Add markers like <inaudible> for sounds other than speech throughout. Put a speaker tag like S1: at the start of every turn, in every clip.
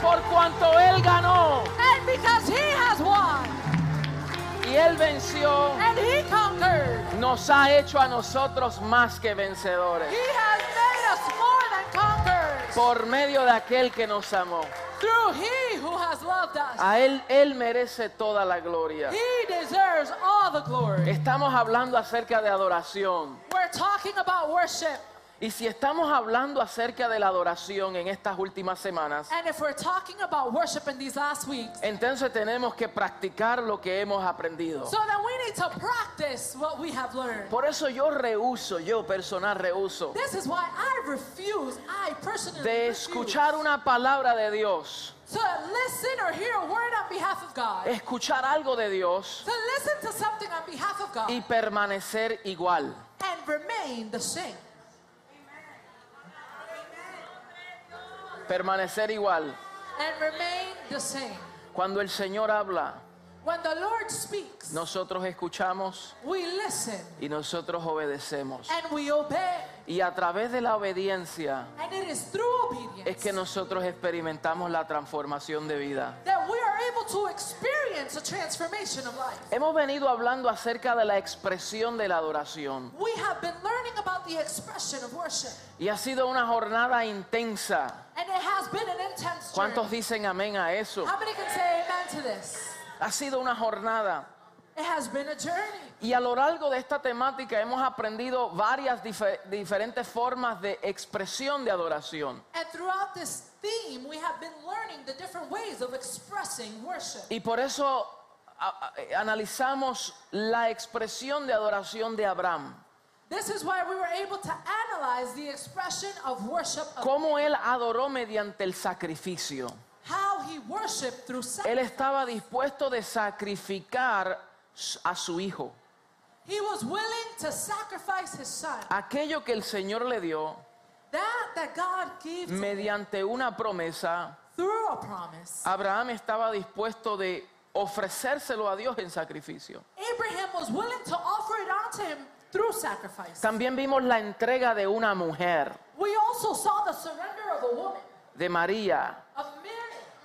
S1: por cuanto Él ganó
S2: And because he has won
S1: y Él venció,
S2: and he conquered,
S1: nos ha hecho a nosotros más que
S2: he
S1: vencedores
S2: has made us more than conquerors
S1: por medio de aquel que nos amó.
S2: through he who has loved us.
S1: A Él, Él merece toda la gloria.
S2: He deserves all the glory.
S1: Estamos hablando acerca de adoración.
S2: We're talking about worship.
S1: Y si estamos hablando acerca de la adoración en estas últimas semanas,
S2: And if we're talking about worship in these last weeks,
S1: entonces tenemos que practicar lo que hemos aprendido.
S2: so then we need to practice what we have learned.
S1: Por eso yo rehuso, yo personal rehuso,
S2: This is why I refuse, I personally
S1: de
S2: refuse
S1: escuchar una palabra de Dios,
S2: to listen or hear a word on behalf of God,
S1: escuchar algo de Dios
S2: to listen to something on behalf of God,
S1: y permanecer igual.
S2: and remain the same.
S1: Permanecer igual.
S2: And remain the same.
S1: Cuando el Señor habla,
S2: When the Lord speaks,
S1: nosotros escuchamos
S2: we listen
S1: y nosotros obedecemos.
S2: and we obey.
S1: Y a través de la obediencia
S2: And it is through obedience
S1: es que nosotros experimentamos la transformación de vida.
S2: that we are able to experience a transformation of life.
S1: Hemos venido hablando acerca de la expresión de la adoración
S2: We have been learning about the expression of worship,
S1: y ha sido una jornada intensa.
S2: and it has been an intense journey.
S1: ¿Cuántos dicen amén a eso?
S2: How many can say amen to this?
S1: Ha sido una jornada
S2: It has been a journey.
S1: y a lo largo de esta temática hemos aprendido varias dife- diferentes formas de expresión de adoración.
S2: And throughout this theme, we have been learning the different ways of expressing worship.
S1: Y por eso a- a- analizamos la expresión de adoración de Abraham.
S2: This is why we were able to analyze the expression of worship of
S1: Cómo él adoró mediante el sacrificio.
S2: how he worshiped through sacrifice.
S1: Él estaba dispuesto de sacrificar a su hijo.
S2: He was willing to sacrifice his son.
S1: aquello que el Señor le dio
S2: That that God gave to him
S1: mediante una promesa,
S2: through a promise.
S1: Abraham estaba dispuesto de ofrecérselo a Dios en sacrificio.
S2: Abraham was willing to offer it unto him through sacrifice.
S1: También vimos la entrega de una mujer,
S2: We also saw the surrender of a woman,
S1: de María,
S2: of Mary,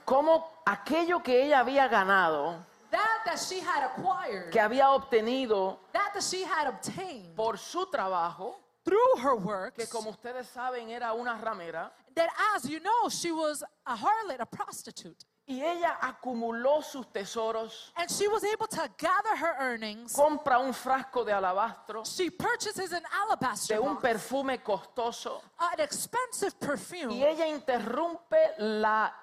S1: como aquello que ella había ganado,
S2: that that she had acquired,
S1: que había obtenido
S2: that that she had obtained
S1: por su trabajo,
S2: through her works.
S1: que como ustedes saben era una ramera,
S2: That, as you know, she was a harlot, a prostitute,
S1: y ella acumuló sus tesoros,
S2: and she was able to gather her earnings.
S1: compra un frasco de alabastro,
S2: She purchases an
S1: de
S2: alabaster,
S1: un
S2: box,
S1: perfume costoso,
S2: an expensive perfume,
S1: Y ella interrumpe la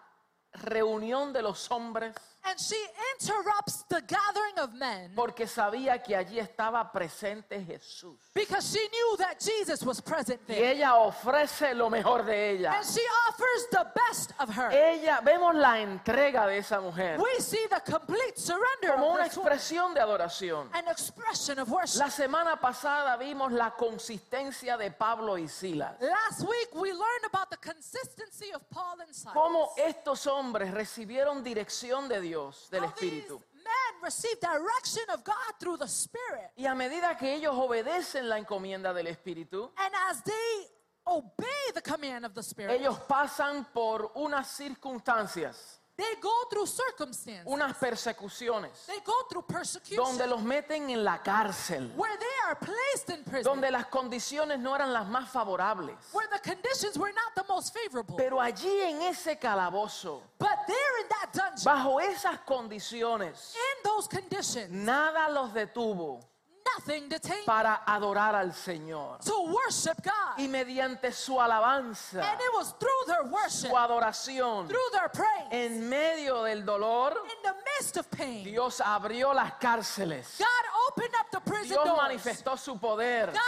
S1: reunión de los hombres
S2: and she interrupts the gathering of men
S1: porque sabía que allí estaba presente Jesús.
S2: because she knew that Jesus was present
S1: Y
S2: there.
S1: ella ofrece lo mejor de ella.
S2: And she offers the best of her.
S1: Ella, vemos la entrega de esa mujer
S2: We see the complete surrender
S1: como
S2: of
S1: una
S2: this woman,
S1: expresión de adoración.
S2: an expression of worship.
S1: La semana pasada vimos la consistencia de Pablo y Silas.
S2: Last week, we learned about the consistency of Paul and Silas.
S1: Cómo estos hombres recibieron dirección de Dios, del
S2: How these
S1: Espíritu.
S2: men receive direction of God through the Spirit.
S1: Y a medida que ellos obedecen la encomienda del Espíritu,
S2: And as they obey the command of the Spirit,
S1: Ellos pasan por unas circunstancias,
S2: they go through circumstance.
S1: unas persecuciones,
S2: They go through persecution
S1: donde los meten en la cárcel,
S2: where they are placed in prison,
S1: donde las condiciones no eran las más favorables.
S2: where the conditions were not the most favorable.
S1: Pero allí en ese calabozo,
S2: But they're in that dungeon,
S1: bajo esas condiciones,
S2: in those conditions,
S1: nada los detuvo
S2: nothing detained them
S1: para adorar al Señor.
S2: to worship God.
S1: Y mediante su alabanza,
S2: And it was through their worship,
S1: su adoración,
S2: through their praise,
S1: en medio del dolor,
S2: in the midst of pain,
S1: Dios abrió las cárceles.
S2: God opened up the prison
S1: Dios
S2: doors.
S1: manifestó su poder.
S2: God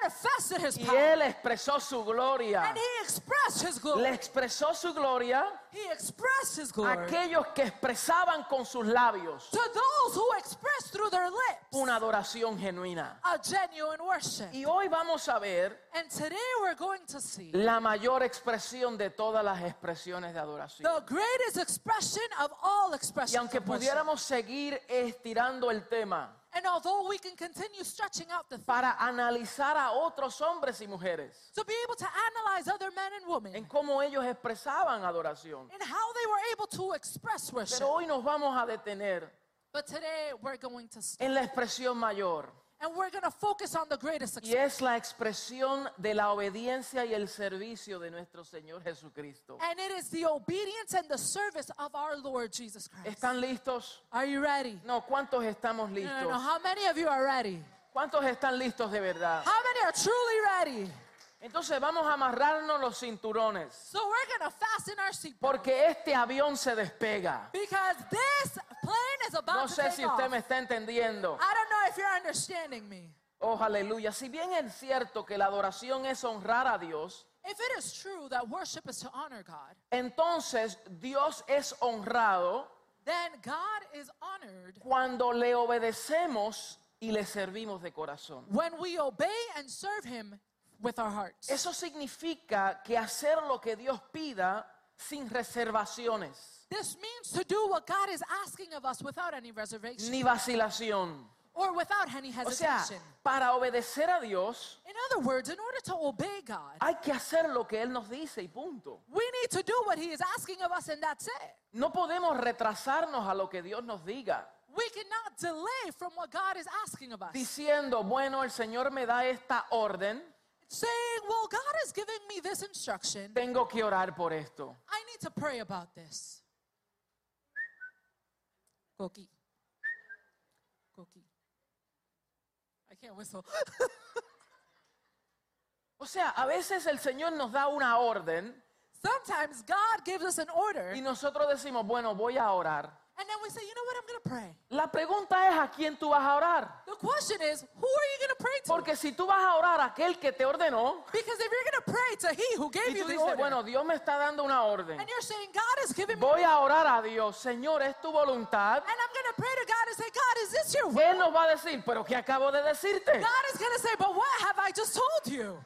S2: manifested his
S1: Y
S2: power
S1: él expresó su gloria.
S2: and he expressed his
S1: Le
S2: glory.
S1: expresó su gloria
S2: He expressed his
S1: a
S2: glory
S1: aquellos que expresaban con sus labios
S2: to those who express through their lips
S1: una adoración genuina.
S2: a genuine worship.
S1: Y hoy vamos a ver
S2: And today we're going to see
S1: la mayor expresión de todas las expresiones de adoración.
S2: the greatest expression of all
S1: Y
S2: expressions
S1: aunque
S2: of worship.
S1: pudiéramos seguir estirando el tema,
S2: And although we can continue stretching out the thought
S1: para analizar a otros hombres y mujeres
S2: to be able to analyze other men and women
S1: en cómo ellos expresaban adoración.
S2: and how they were able to express worship.
S1: Pero hoy nos vamos a detener
S2: But today we're going to stop
S1: en la expresión mayor
S2: and we're going to focus on the greatest
S1: y
S2: success.
S1: es la expresión de la obediencia y el servicio de nuestro Señor Jesucristo.
S2: And it is the obedience and the service of our Lord Jesus Christ.
S1: ¿Están listos?
S2: Are you ready?
S1: No, ¿cuántos estamos
S2: No, no, no.
S1: listos?
S2: How many of you are ready?
S1: ¿Cuántos están listos de verdad?
S2: How many are truly ready?
S1: Entonces vamos a amarrarnos los cinturones
S2: So we're going to fasten our seatbelt
S1: porque este avión se despega.
S2: because this plane is about
S1: No
S2: to
S1: sé
S2: take
S1: si
S2: off.
S1: usted me está entendiendo.
S2: I don't know if you're understanding me.
S1: Oh, aleluya. Si bien es cierto que la adoración es honrar a Dios,
S2: If it is true that worship is to honor God,
S1: entonces Dios es honrado
S2: then God is honored
S1: cuando le obedecemos y le servimos de corazón.
S2: when we obey and serve Him with our hearts.
S1: Eso significa que hacer lo que Dios pida sin reservaciones
S2: This means to do what God is asking of us without any reservation
S1: ni vacilación.
S2: or without any
S1: O sea,
S2: hesitation.
S1: para obedecer a Dios
S2: In other words, in order to obey God,
S1: hay que hacer lo que Él nos dice y punto.
S2: we need to do what He is asking of us, and that's it.
S1: No podemos retrasarnos a lo que Dios nos diga.
S2: We cannot delay from what God is asking of us.
S1: Diciendo, bueno, el Señor me da esta orden,
S2: Saying, Well, God is giving me this instruction.
S1: tengo que orar por esto.
S2: I need to pray about this. Koki. Koki. I can't whistle. <laughs>
S1: O sea, a veces el Señor nos da una orden
S2: Sometimes God gives us an order,
S1: y nosotros decimos, bueno, voy a orar.
S2: and then we say, You know what? I'm going to pray.
S1: La pregunta es a quién tú vas a orar.
S2: The question is, Who are you going to pray to?
S1: Porque si tú vas a orar a aquel que te ordenó
S2: because if you're going to pray to He who
S1: y
S2: gave
S1: tú
S2: you the
S1: dices,
S2: order,
S1: bueno, Dios me está dando una orden,
S2: and you're saying, God is giving me,
S1: voy a orar a Dios, Señor, es tu voluntad.
S2: and I'm going to pray to God and say, God, is this your will?
S1: Él nos va a decir, pero ¿qué acabo de decirte?
S2: God is going to say, But what have I just told you?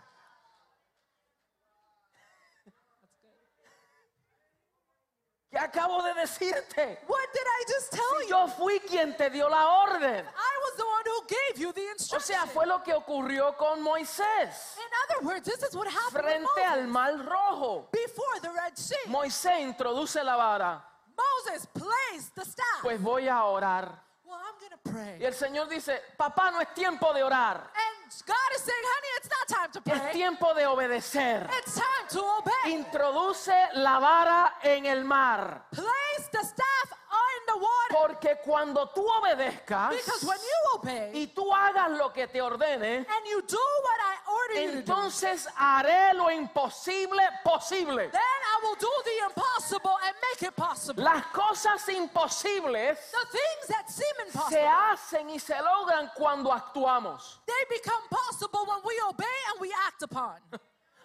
S1: ¿Qué acabo de decirte?
S2: What did I just tell you?
S1: Yo fui quien te dio la orden.
S2: I was the one who gave you the
S1: O
S2: instruction.
S1: sea, fue lo que ocurrió con Moisés
S2: In other words, this is what happened with
S1: frente
S2: Moses.
S1: al Mar Rojo.
S2: before the Red Sea.
S1: Moisés introduce la vara,
S2: Moses placed the staff.
S1: pues voy a orar.
S2: Well, I'm going to pray.
S1: Y el Señor dice, papá, no es tiempo de orar,
S2: And God is saying, honey, it's not time to
S1: es
S2: pray.
S1: tiempo de obedecer.
S2: It's time to obey.
S1: Introduce la vara en el mar,
S2: Place the staff on the water.
S1: porque cuando tú obedezcas
S2: Because when you obey
S1: y tú hagas lo que te ordene,
S2: and you do what I order you to do,
S1: entonces haré lo imposible posible.
S2: then I will do the impossible and make it possible.
S1: Las cosas imposibles
S2: The things that seem
S1: se
S2: impossible,
S1: hacen y se logran cuando actuamos.
S2: they become possible when we obey and we act upon.
S1: <laughs>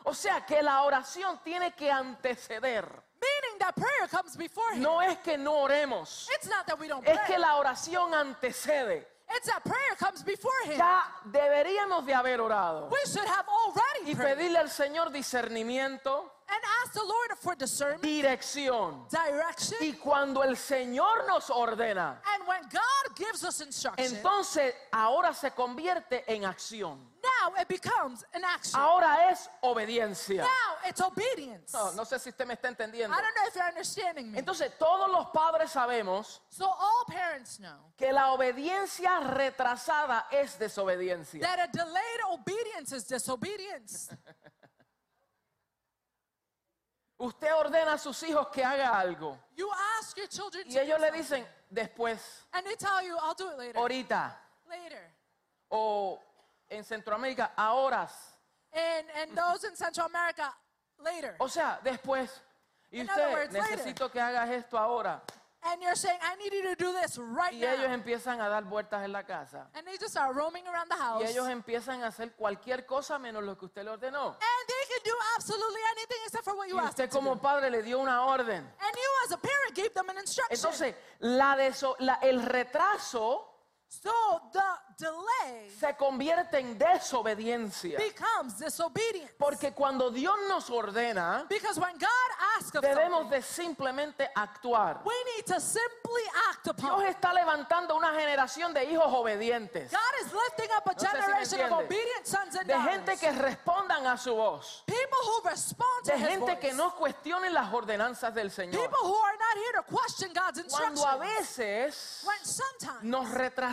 S1: O sea que la oración tiene que anteceder.
S2: Meaning that prayer comes before Him.
S1: No es que no oremos,
S2: It's not that we don't pray.
S1: es que la oración antecede.
S2: It's that prayer comes before Him.
S1: Ya deberíamos de haber orado
S2: We should have already
S1: y
S2: prayed
S1: pedirle al Señor discernimiento,
S2: and asked the Lord for discernment,
S1: dirección.
S2: direction,
S1: Y cuando el Señor nos ordena,
S2: and when God gives us instruction,
S1: entonces ahora se convierte en acción.
S2: now it becomes an action.
S1: Ahora es obediencia.
S2: Now it's obedience.
S1: No, no sé si usted me está entendiendo.
S2: I don't know if you're understanding me.
S1: Entonces todos los padres sabemos
S2: So all parents know
S1: que la obediencia retrasada es desobediencia.
S2: that a delayed obedience
S1: <laughs>
S2: is disobedience.
S1: Usted ordena a sus hijos que haga algo
S2: You ask your children
S1: y
S2: to,
S1: ellos le dicen después,
S2: and they tell you, "I'll do it later."
S1: ahorita
S2: Later.
S1: o en Centroamérica, ahora.
S2: And and those in Central America,
S1: <laughs>
S2: later.
S1: O sea, después. Y
S2: In other
S1: usted,
S2: words, later.
S1: necesito que hagas esto ahora.
S2: And you're saying, "I need you to do this right
S1: Y ellos
S2: now."
S1: empiezan a dar vueltas en la casa.
S2: And they just start roaming around the
S1: Y
S2: house.
S1: ellos empiezan a hacer cualquier cosa menos lo que usted le ordenó.
S2: And they can do absolutely anything except for what
S1: Y
S2: you asked
S1: usted
S2: them to
S1: como
S2: do.
S1: padre le dio una orden.
S2: And you as a parent gave them an instruction.
S1: Entonces, la deso- la- el retraso
S2: So the delay
S1: se convierte en desobediencia.
S2: becomes disobedience.
S1: Porque cuando Dios nos ordena,
S2: Because when God asks of
S1: debemos
S2: something,
S1: de simplemente actuar.
S2: we need to simply act upon
S1: Dios
S2: it.
S1: está levantando una generación de hijos obedientes,
S2: God is lifting up a
S1: sé si me
S2: generation of
S1: entiende.
S2: obedient sons and
S1: de gente
S2: daughters.
S1: que respondan a su voz,
S2: People who respond to
S1: de
S2: His
S1: gente que
S2: voice.
S1: no cuestionen las ordenanzas del Señor.
S2: People who are not here to question God's
S1: Cuando a
S2: instructions.
S1: veces
S2: When sometimes
S1: nos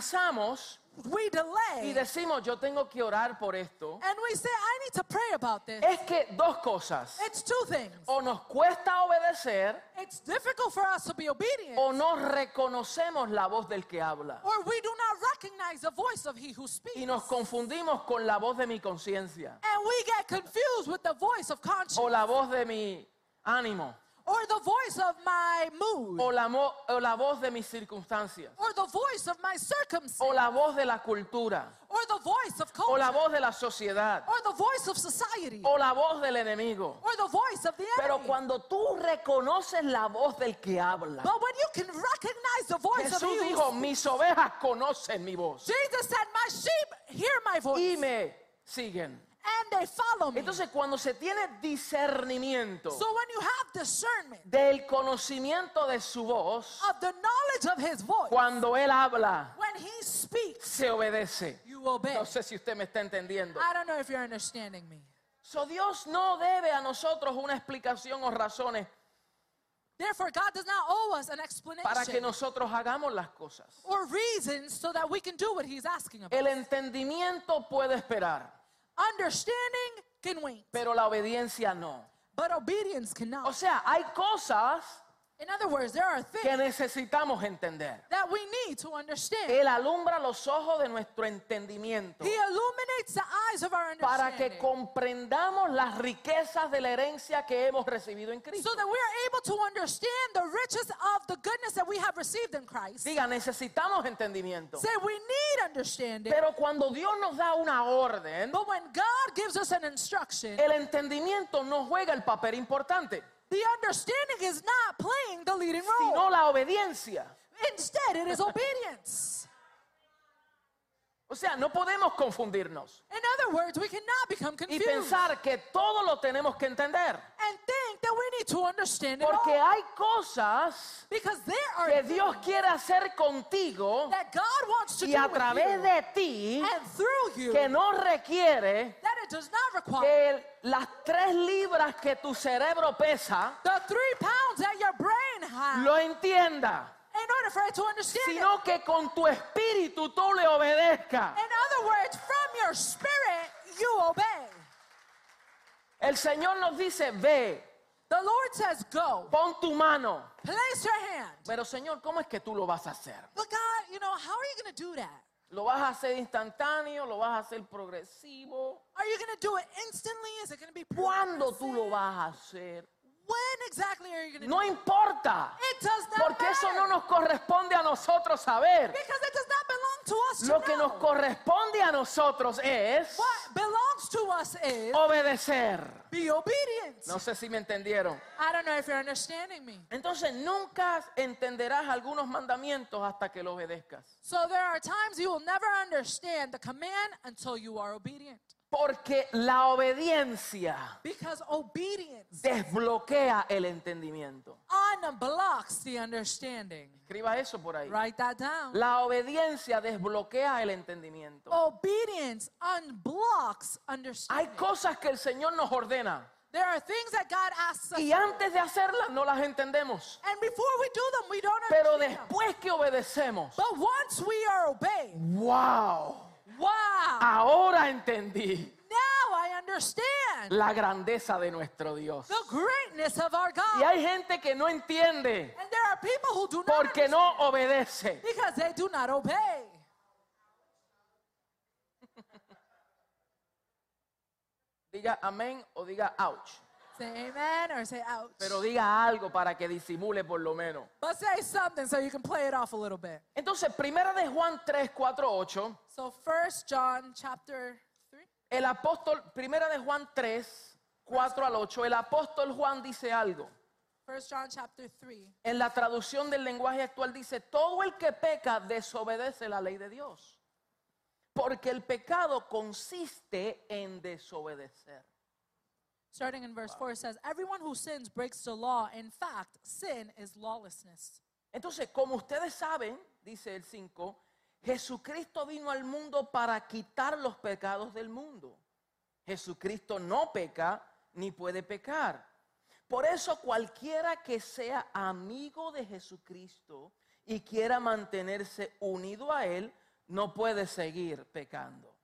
S1: retrasamos
S2: we
S1: y
S2: delay
S1: decimos yo tengo que orar por esto,
S2: and we say, I need to pray about this.
S1: es que dos cosas,
S2: It's two things.
S1: o nos cuesta obedecer
S2: It's difficult for us to be obedient,
S1: o no reconocemos la voz del que habla
S2: or we do not recognize the voice of He who speaks.
S1: y nos confundimos con la voz de mi conciencia
S2: And we get confused with the voice of conscience,
S1: o la voz de mi ánimo
S2: or the voice of my mood,
S1: o la, mo- o la voz de mis circunstancias
S2: or the voice of my circumstance,
S1: o la voz de la cultura
S2: or the voice of
S1: o
S2: culture,
S1: la voz de la sociedad
S2: or the voice of society,
S1: o la voz del enemigo.
S2: or the voice of the
S1: Pero
S2: enemy.
S1: cuando tú reconoces la voz del que habla,
S2: But when you can recognize the voice of
S1: Jesús
S2: you,
S1: dijo, mis ovejas conocen mi voz
S2: Jesus said, My sheep hear my
S1: y
S2: voice
S1: me siguen.
S2: and they follow me.
S1: Entonces cuando se tiene discernimiento
S2: Mm. so when you have discernment
S1: del conocimiento de su voz,
S2: of the knowledge of his voice,
S1: cuando Él habla,
S2: when he speaks,
S1: se obedece.
S2: you obey.
S1: No sé si usted me está entendiendo.
S2: I don't know if you're understanding me.
S1: So, Dios no debe a nosotros una explicación o razones
S2: Therefore, God does not owe us an
S1: para que
S2: explanation
S1: nosotros hagamos las cosas.
S2: or reasons so that we can do what he's asking about.
S1: El entendimiento puede esperar,
S2: Understanding can wait,
S1: pero la obediencia no.
S2: but obedience
S1: O
S2: cannot.
S1: sea, hay cosas
S2: In other words, there are
S1: que
S2: things
S1: necesitamos entender.
S2: that we need to understand.
S1: Él alumbra los ojos de nuestro entendimiento
S2: He illuminates the eyes of our
S1: para que
S2: understanding
S1: comprendamos las riquezas de la herencia que hemos recibido en Cristo.
S2: so that we are able to understand the riches of the goodness that we have received in Christ.
S1: Diga, necesitamos entendimiento.
S2: Say we need understanding,
S1: Pero cuando Dios nos da una orden,
S2: but when God gives us an instruction,
S1: el entendimiento no juega el papel importante,
S2: the understanding is not playing the leading role.
S1: sino la obediencia.
S2: Instead, it is obedience.
S1: O sea, no podemos confundirnos
S2: In other words, we cannot become
S1: y
S2: confused
S1: pensar que todo lo tenemos que entender.
S2: and think that we need to understand it
S1: Porque
S2: all.
S1: hay cosas
S2: Because there are
S1: que
S2: things
S1: Dios quiere hacer contigo
S2: that God wants to
S1: y
S2: do
S1: a
S2: with
S1: través
S2: you
S1: de ti
S2: and through you
S1: que no requiere
S2: that it does not require
S1: que las tres libras que tu cerebro pesa
S2: the three pounds that your brain has
S1: lo entienda,
S2: in order for it to understand it.
S1: sino que con tu espíritu tú le obedezcas.
S2: In other words, from your spirit, you obey.
S1: El Señor nos dice, ve,
S2: The Lord says, Go,
S1: pon tu mano.
S2: place your hand.
S1: Pero Señor, ¿cómo es que tú lo vas a hacer?
S2: But God, you know, how are you going to do that?
S1: ¿Lo vas a hacer instantáneo? ¿Lo vas a hacer progresivo?
S2: Are you going to do it instantly? Is it going to be
S1: ¿Cuándo tú lo
S2: progressive?
S1: vas a hacer?
S2: When exactly are you going to
S1: No importa,
S2: do it? It does not
S1: porque eso
S2: matter.
S1: no nos corresponde a nosotros saber.
S2: Because it does not belong to us to
S1: Lo que nos
S2: know.
S1: corresponde a nosotros es
S2: What belongs to us is
S1: obedecer.
S2: be obedient.
S1: Oh. No sé si me entendieron.
S2: I don't know if you're understanding me.
S1: Entonces nunca entenderás algunos mandamientos hasta que los obedezcas.
S2: So there are times you will never understand the command until you are obedient.
S1: Porque la obediencia
S2: Because obedience
S1: desbloquea el entendimiento.
S2: unblocks the understanding.
S1: Escriba eso por ahí.
S2: Write that down.
S1: La obediencia desbloquea el entendimiento.
S2: Obedience unblocks
S1: Hay
S2: understanding.
S1: cosas que el Señor nos ordena
S2: There are things that God asks us,
S1: y antes de hacerlas no las entendemos.
S2: and before we do them, we don't
S1: Pero
S2: understand. them.
S1: después que obedecemos,
S2: But once we are obeyed,
S1: wow,
S2: wow!
S1: ahora entendí
S2: Now I understand
S1: la grandeza de nuestro Dios.
S2: the greatness of our God.
S1: Y hay gente que no entiende
S2: And there are people who do not
S1: porque no obedece.
S2: because they do not obey.
S1: Diga amén o diga ouch.
S2: Say amen or say ouch.
S1: Pero diga algo para que disimule por lo menos.
S2: But say something so you can play it off a little bit.
S1: Entonces, primera de Juan 3, 4, 8,
S2: So First John chapter 3.
S1: el apóstol, primera de Juan 3, 4 al 8, el apóstol Juan dice algo.
S2: 1 John chapter 3.
S1: En la traducción del lenguaje actual dice, todo el que peca desobedece la ley de Dios, porque el pecado consiste en desobedecer.
S2: Starting in verse 4 it says, Everyone who sins breaks the law. In fact, sin is lawlessness.
S1: Entonces, como ustedes saben, dice el 5, Jesucristo vino al mundo para quitar los pecados del mundo. Jesucristo no peca ni puede pecar. Por eso cualquiera que sea amigo de Jesucristo y quiera mantenerse unido a Él, no puede seguir pecando.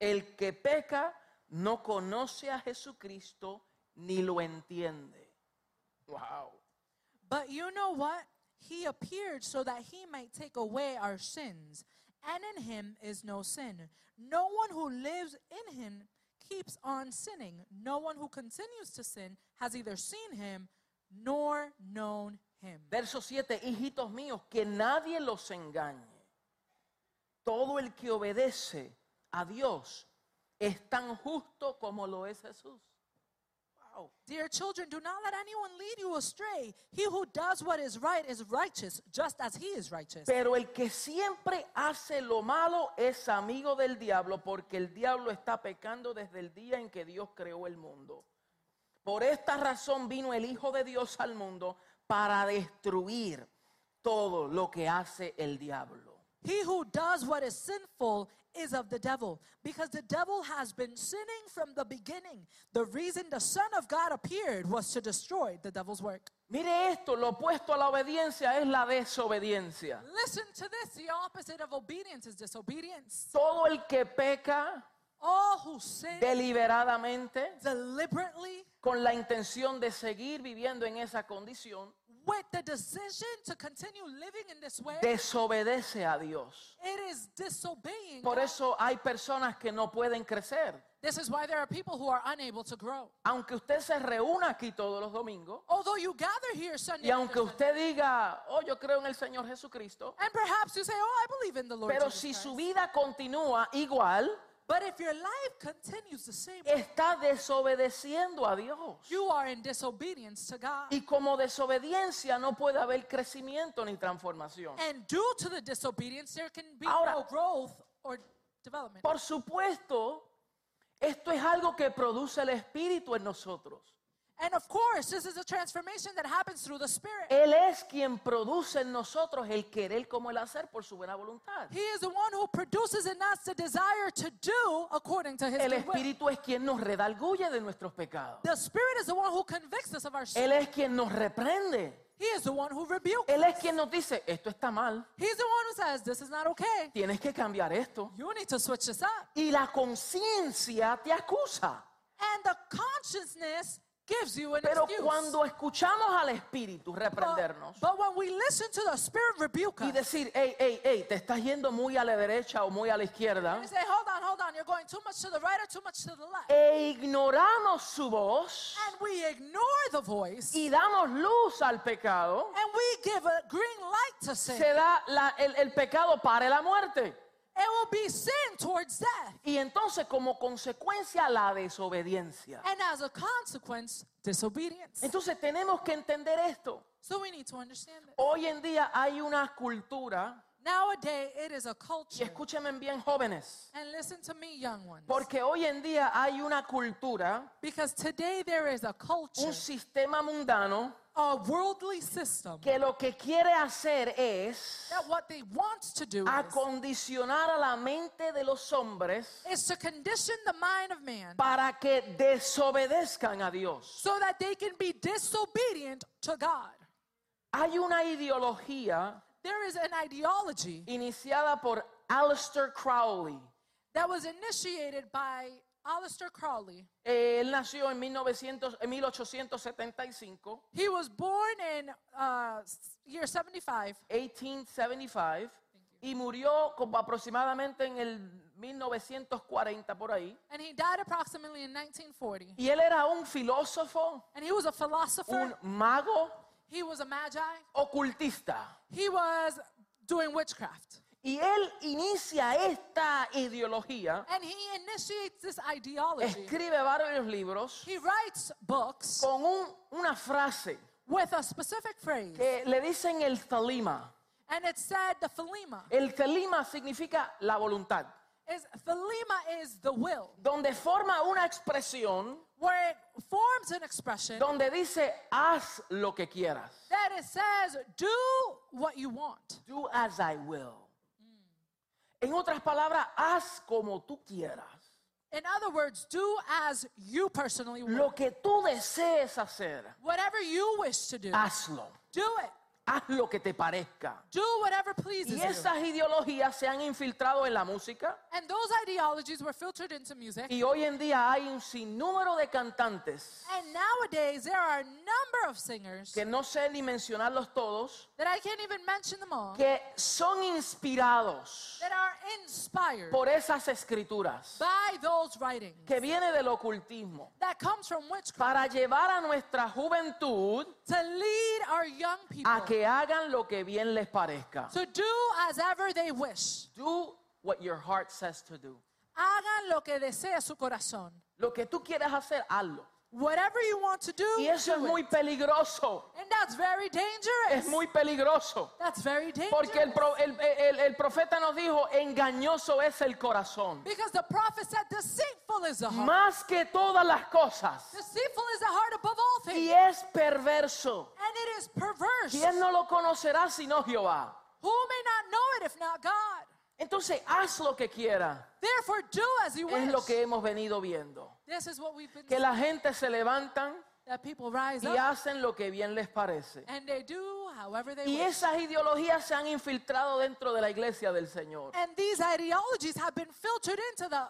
S1: El que peca no conoce a Jesucristo ni lo entiende. Wow.
S2: But you know what? He appeared so that he might take away our sins, and in him is no sin. No one who lives in him keeps on sinning. No one who continues to sin has either seen him nor known him.
S1: Verso 7, hijitos míos, que nadie los engañe. Todo el que obedece a Dios es tan justo como lo es Jesús. Wow.
S2: Dear children, do not let anyone lead you astray. He who does what is right is righteous, just as he is righteous.
S1: Pero el que siempre hace lo malo es amigo del diablo, porque el diablo está pecando desde el día en que Dios creó el mundo. Por esta razón vino el Hijo de Dios al mundo para destruir todo lo que hace el diablo.
S2: He who does what is sinful is of the devil, because the devil has been sinning from the beginning. The reason the Son of God appeared was to destroy the devil's work.
S1: Mire esto, lo opuesto a la obediencia es la desobediencia.
S2: Listen to this the opposite of obedience is disobedience.
S1: Todo el que peca
S2: All who sin
S1: deliberadamente
S2: deliberately
S1: con la intención de seguir viviendo en esa condición,
S2: with the decision to continue living in this way,
S1: desobedece a Dios.
S2: it is disobeying.
S1: Por
S2: God.
S1: eso hay personas que no pueden crecer.
S2: This is why there are people who are unable to grow.
S1: Aunque usted se reúna aquí todos los domingos
S2: Although you gather here Sunday
S1: y aunque
S2: after Sunday,
S1: usted diga, oh, yo creo en el Señor Jesucristo,
S2: and perhaps you say, "Oh, I believe in the Lord,"
S1: pero
S2: Jesus
S1: si
S2: Christ."
S1: su vida continúa igual,
S2: but if your life continues the same, way,
S1: está desobedeciendo a Dios.
S2: you are in disobedience to God.
S1: Y como desobediencia no puede haber crecimiento ni transformación.
S2: And due to the disobedience, there can be
S1: Ahora-
S2: no growth or development.
S1: Por supuesto, esto es algo que produce el Espíritu en nosotros.
S2: And of course, this is a transformation that happens through the Spirit.
S1: Él es quien produce en nosotros el querer como el hacer por su buena voluntad.
S2: He is the one who produces in us the desire to do according to His
S1: El
S2: good will.
S1: Espíritu es quien nos redarguye de nuestros pecados.
S2: The Spirit is the one who convicts us of our sin.
S1: Él es quien nos reprende.
S2: He is the one who rebukes.
S1: Él es quien nos dice, esto está mal,
S2: He's the one who says, "This is not okay.
S1: tienes que cambiar esto.
S2: You need to switch this up."
S1: Y la conciencia te acusa.
S2: And the consciousness gives you an
S1: Pero
S2: excuse.
S1: cuando escuchamos al Espíritu reprendernos
S2: but, but when we listen to the Spirit rebuke
S1: y
S2: us,
S1: decir, hey, hey, hey, te estás yendo muy a la derecha o muy a la izquierda,
S2: we say, "Hold on, hold on. You're going too much to the right or too much to the left,"
S1: e ignoramos su voz
S2: and we ignore the voice,
S1: y damos luz al pecado,
S2: and we give a green light to sin.
S1: se da la- el, el pecado para la muerte.
S2: It will be sin towards death,
S1: Y entonces como consecuencia la desobediencia.
S2: and as a consequence, disobedience.
S1: Entonces tenemos que entender esto.
S2: So we need to understand that.
S1: Hoy en día hay una cultura,
S2: Nowadays, it is a
S1: y
S2: culture.
S1: escúchenme bien jóvenes,
S2: And listen to me, young ones.
S1: porque hoy en día hay una cultura,
S2: Because today there is a culture,
S1: un sistema mundano
S2: a worldly system,
S1: que lo que quiere hacer es
S2: that what they want to do is
S1: acondicionar a la mente de los hombres
S2: is to condition the mind of man
S1: para que desobedezcan a Dios.
S2: so that they can be disobedient to God.
S1: Hay una ideología
S2: There is an ideology
S1: iniciada por Aleister Crowley.
S2: that was initiated by Aleister Crowley.
S1: Eh, Él nació en, 1900 en 1875,
S2: He was born in uh, s- year 75,
S1: 1875, y murió como aproximadamente en el 1940 por ahí.
S2: and he died approximately in 1940.
S1: Y él era un filósofo,
S2: And he was a philosopher.
S1: un mago,
S2: He was a magi.
S1: ocultista.
S2: He was doing witchcraft.
S1: Y él inicia esta ideología,
S2: And he initiates this ideology.
S1: Eh, escribe varios libros
S2: He writes books
S1: con un- una frase.
S2: with a specific phrase.
S1: que le dicen el thalima.
S2: And it said the Philema.
S1: El thalima significa la voluntad,
S2: Is Philema is the will,
S1: donde forma una expresión
S2: where it forms an expression
S1: donde dice haz lo que quieras.
S2: that it says, do what you want.
S1: Do as I will. En otras palabras, haz como tú quieras.
S2: In other words, do as you personally want.
S1: Lo que tú desees hacer,
S2: Whatever you wish to do,
S1: hazlo.
S2: do it.
S1: Haz lo que te parezca.
S2: Do whatever pleases
S1: Y
S2: you.
S1: esas ideologías se han infiltrado en la música
S2: And those ideologies were filtered into music.
S1: y hoy en día hay un sinnúmero de cantantes
S2: And nowadays, there are a number of singers
S1: que no sé ni mencionarlos todos,
S2: that I can't even mention them all
S1: que son inspirados
S2: that are inspired
S1: por esas escrituras
S2: by those writings
S1: que viene del ocultismo
S2: that comes from witchcraft
S1: para llevar a nuestra juventud
S2: to lead our young
S1: a
S2: people
S1: que hagan lo que bien les parezca.
S2: to do as ever they wish.
S1: Do what your heart says to do.
S2: Hagan lo que desea su corazón.
S1: Lo que tú quieras hacer, hazlo.
S2: Whatever you want to do,
S1: Y eso es
S2: do it.
S1: muy peligroso.
S2: and that's very
S1: Es
S2: dangerous.
S1: muy peligroso.
S2: that's very dangerous.
S1: Porque el, pro- el- el- el profeta nos dijo, engañoso es el corazón.
S2: because the prophet said, deceitful is the heart.
S1: Más que todas las cosas.
S2: deceitful is the heart above all things.
S1: Y es perverso.
S2: and it is perverse.
S1: ¿Quién no lo conocerá sino Jehová?
S2: Who may not know it if not God?
S1: Entonces, haz lo que quiera.
S2: Therefore, do as you
S1: Es
S2: wish.
S1: lo que hemos venido viendo.
S2: This is what we've been
S1: Que la gente se levantan
S2: that people rise
S1: y
S2: up
S1: hacen lo que bien les parece.
S2: and they do however they
S1: Y
S2: wish.
S1: esas ideologías se han infiltrado dentro de la iglesia del Señor.
S2: And these ideologies have been filtered into the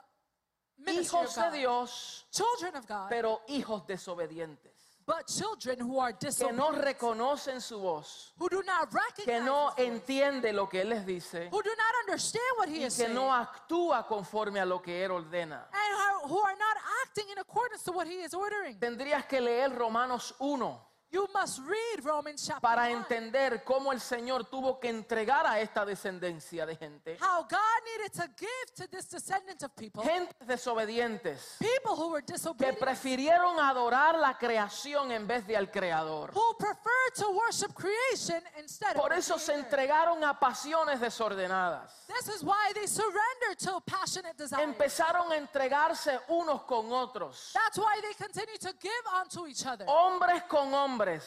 S2: ministry of
S1: Hijos de
S2: God.
S1: Dios,
S2: Children of God,
S1: pero hijos desobedientes.
S2: but children who are
S1: Que no
S2: disobedient,
S1: reconocen su voz,
S2: who do not
S1: que
S2: recognize,
S1: no
S2: his voice,
S1: entiende lo que Él les dice,
S2: who do not understand what he
S1: y
S2: is
S1: que
S2: saying,
S1: no actúa conforme a lo que Él ordena.
S2: and are- who are not acting in accordance to what he is ordering.
S1: Tendrías que leer Romanos 1
S2: You must read Romans chapter
S1: para
S2: 1,
S1: entender cómo el Señor tuvo que entregar a esta descendencia de gente.
S2: how God needed to give to this descendant of people,
S1: Gentes desobedientes
S2: people who were
S1: que
S2: disobedient,
S1: prefirieron adorar la creación en vez de al Creador.
S2: who preferred to worship creation instead of
S1: Por
S2: the
S1: eso se
S2: Creator.
S1: entregaron a pasiones desordenadas.
S2: This is why they surrendered to passionate desires.
S1: Empezaron a entregarse unos con otros.
S2: That's why they continue to give unto each other.
S1: Oh, Hombres con hombres.
S2: Men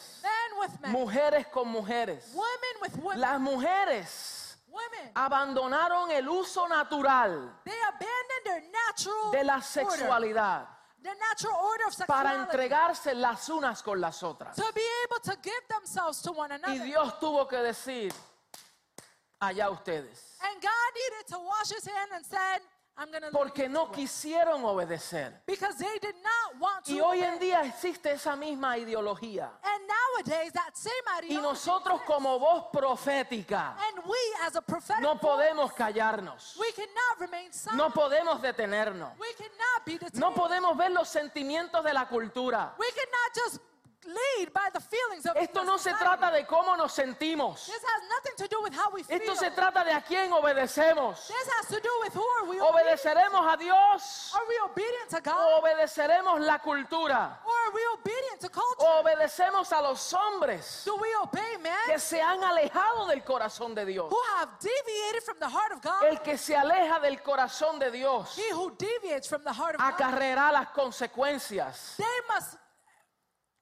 S2: with men,
S1: Mujeres con mujeres.
S2: women with women,
S1: Las mujeres
S2: women.
S1: abandonaron el uso natural
S2: They abandoned their natural
S1: de la
S2: order,
S1: sexualidad
S2: their natural order of
S1: para
S2: sexuality,
S1: entregarse las unas con las otras.
S2: to be able to give themselves to one
S1: Y
S2: another.
S1: Dios tuvo que decir, allá ustedes,
S2: and God needed to wash His hand and said, "I'm going to
S1: porque no quisieron obedecer.
S2: because they did not want to."
S1: Y hoy en
S2: obey.
S1: día existe esa misma ideología.
S2: and nowadays, that same
S1: Y
S2: ideology.
S1: nosotros como voz profética
S2: and we, as a prophetic,
S1: no
S2: voice,
S1: podemos callarnos,
S2: we cannot remain silent.
S1: no podemos detenernos,
S2: we cannot be detained.
S1: no podemos ver los sentimientos de la cultura.
S2: we cannot just lead by the feelings of.
S1: Esto
S2: the
S1: no se
S2: society.
S1: trata de cómo nos sentimos,
S2: This has nothing to do with how we
S1: esto
S2: feel.
S1: se trata de a quién obedecemos.
S2: this has to do with who are we? obedient
S1: ¿Obedeceremos a Dios
S2: Are we obedient to
S1: o
S2: God?
S1: obedeceremos la cultura?
S2: Or are we obedient to
S1: ¿O
S2: culture?
S1: obedecemos a los hombres
S2: Do we obey
S1: que
S2: man
S1: se han alejado del corazón de Dios?
S2: who have deviated from the heart of God?
S1: El que se aleja del corazón de Dios
S2: He who deviates from the heart of God,
S1: acarreará las consecuencias.
S2: they must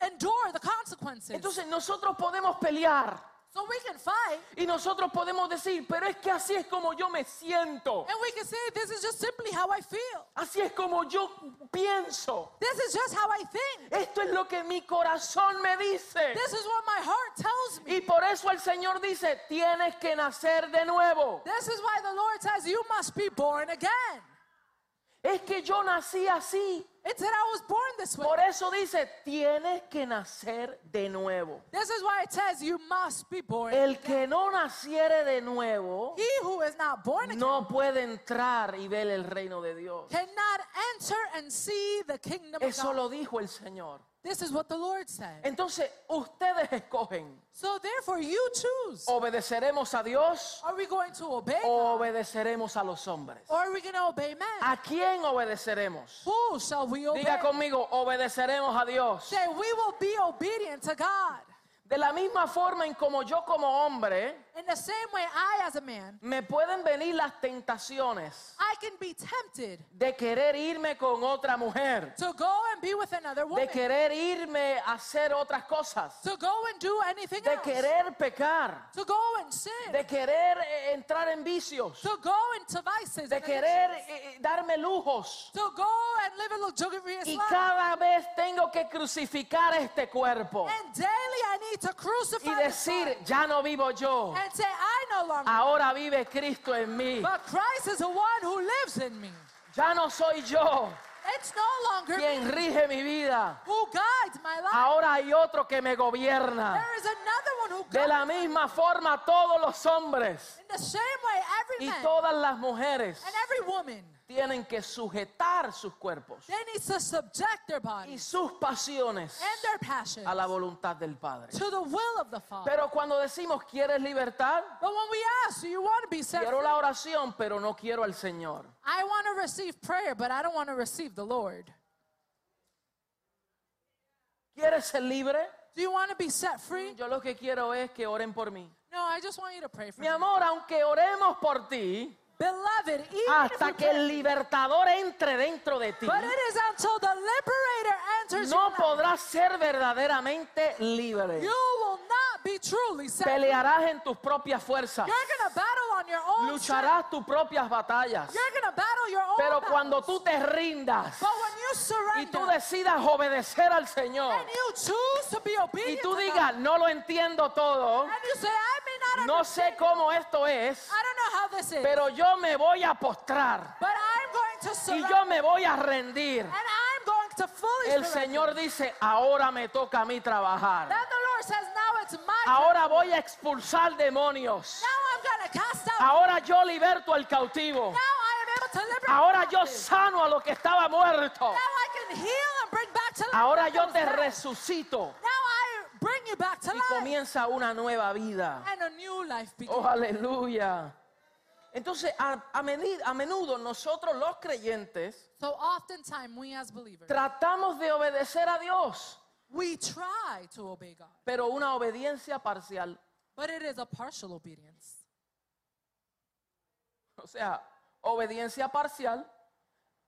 S2: endure the consequences.
S1: Entonces nosotros podemos pelear
S2: So we can fight
S1: y nosotros podemos decir, pero es que así es como yo me siento,
S2: and we can say, This is just simply how I feel.
S1: así es como yo pienso,
S2: This is just how I think.
S1: esto es lo que mi corazón me dice.
S2: This is what my heart tells me.
S1: Y por eso el Señor dice, tienes que nacer de nuevo.
S2: This is why the Lord says, You must be born again.
S1: Es que yo nací así.
S2: It said, I was born this way.
S1: Por eso dice, tienes que nacer de nuevo.
S2: This is why it says, You must be born.
S1: El que no naciere de nuevo
S2: He who is not born again.
S1: no puede entrar y ver el reino de Dios.
S2: cannot enter and see the kingdom of
S1: Eso
S2: God.
S1: lo dijo el Señor.
S2: This is what the Lord said.
S1: Entonces, ustedes escogen,
S2: So therefore you choose.
S1: obedeceremos a Dios
S2: Are we going to obey God,
S1: o obedeceremos a los hombres.
S2: or are we going to obey man?
S1: ¿A quién obedeceremos?
S2: Who shall we obey?
S1: Diga conmigo, obedeceremos a Dios.
S2: Say we will be obedient to God.
S1: De la misma forma en como yo como hombre,
S2: In the same way, I, as a man,
S1: me pueden venir las tentaciones
S2: I can be tempted
S1: de querer irme con otra mujer,
S2: to go and be with another woman,
S1: de querer irme a hacer otras cosas,
S2: to go and do anything
S1: de
S2: else,
S1: querer pecar,
S2: to go and sin,
S1: de querer eh, entrar en vicios,
S2: to go into vices,
S1: de
S2: and
S1: querer
S2: addictions,
S1: eh, eh, darme lujos.
S2: to go and live a luxurious
S1: Y
S2: life.
S1: cada vez tengo que crucificar este cuerpo
S2: And daily I need to crucify
S1: y
S2: the
S1: decir,
S2: flesh
S1: ya no vivo yo,
S2: and say, I no longer,
S1: ahora vive Cristo en mí.
S2: but Christ is the one who lives in me.
S1: Ya no soy yo
S2: It's no longer
S1: quien Ah.
S2: me
S1: rige mi vida.
S2: who guides my life.
S1: Ahora hay otro que me gobierna.
S2: There is another one who
S1: De
S2: guides.
S1: la misma forma, todos los hombres
S2: In the same way,
S1: y
S2: every man
S1: todas las mujeres
S2: and every woman,
S1: tienen que sujetar sus cuerpos
S2: they need to subject
S1: y
S2: their bodies
S1: sus pasiones
S2: and their passions
S1: a la voluntad del Padre.
S2: to the will of the Father.
S1: Pero cuando decimos, ¿quieres libertad?
S2: But when we ask, do you want to be set
S1: Quiero
S2: free?
S1: la oración, pero no quiero al Señor.
S2: I want to receive prayer, but I don't want to receive the Lord.
S1: ¿Quieres ser libre?
S2: Do you want to be set free?
S1: Yo lo que quiero es que oren por mí.
S2: No, I just want you to pray for
S1: Mi
S2: me.
S1: amor, aunque oremos por ti,
S2: Beloved, even if
S1: hasta
S2: you
S1: que el
S2: pray,
S1: libertador entre dentro de ti,
S2: but it is until the liberator enters
S1: no
S2: your life,
S1: podrás ser verdaderamente libre.
S2: you will not be truly set free.
S1: Pelearás en tus propias fuerzas,
S2: You're going to battle on your own strength.
S1: lucharás tus propias batallas.
S2: You're going to battle your own
S1: Pero cuando
S2: battles.
S1: tú te rindas
S2: But when you
S1: y tú
S2: surrender
S1: decidas obedecer al Señor
S2: and you choose to be
S1: y
S2: obedient
S1: tú
S2: to God,
S1: digas, no lo entiendo todo,
S2: and you say, I may not
S1: no
S2: understand,
S1: sé cómo esto es,
S2: I don't know how this is,
S1: pero yo me voy a postrar
S2: but I'm going to
S1: y
S2: surrender
S1: yo me voy a rendir.
S2: and I'm going to fully
S1: El
S2: surrender.
S1: Señor dice, ahora me toca a mí trabajar.
S2: Then the Lord says, now it's my turn.
S1: Ahora voy a expulsar demonios.
S2: Now I'm going to cast out.
S1: Ahora yo liberto al cautivo.
S2: Now I am able to liberate.
S1: Ahora
S2: the
S1: yo
S2: captive.
S1: sano a lo que estaba muerto.
S2: Now I can heal and bring back to life.
S1: Ahora
S2: what
S1: yo
S2: was
S1: te
S2: dead.
S1: resucito
S2: Now I bring you back to
S1: y
S2: life.
S1: comienza una nueva vida.
S2: And a new life begins.
S1: Oh, aleluya. Entonces, a, a medi- a menudo nosotros los creyentes
S2: So oftentimes we as believers,
S1: tratamos de obedecer a Dios,
S2: we try to obey God,
S1: pero una obediencia parcial.
S2: but it is a partial obedience.
S1: O sea, obediencia parcial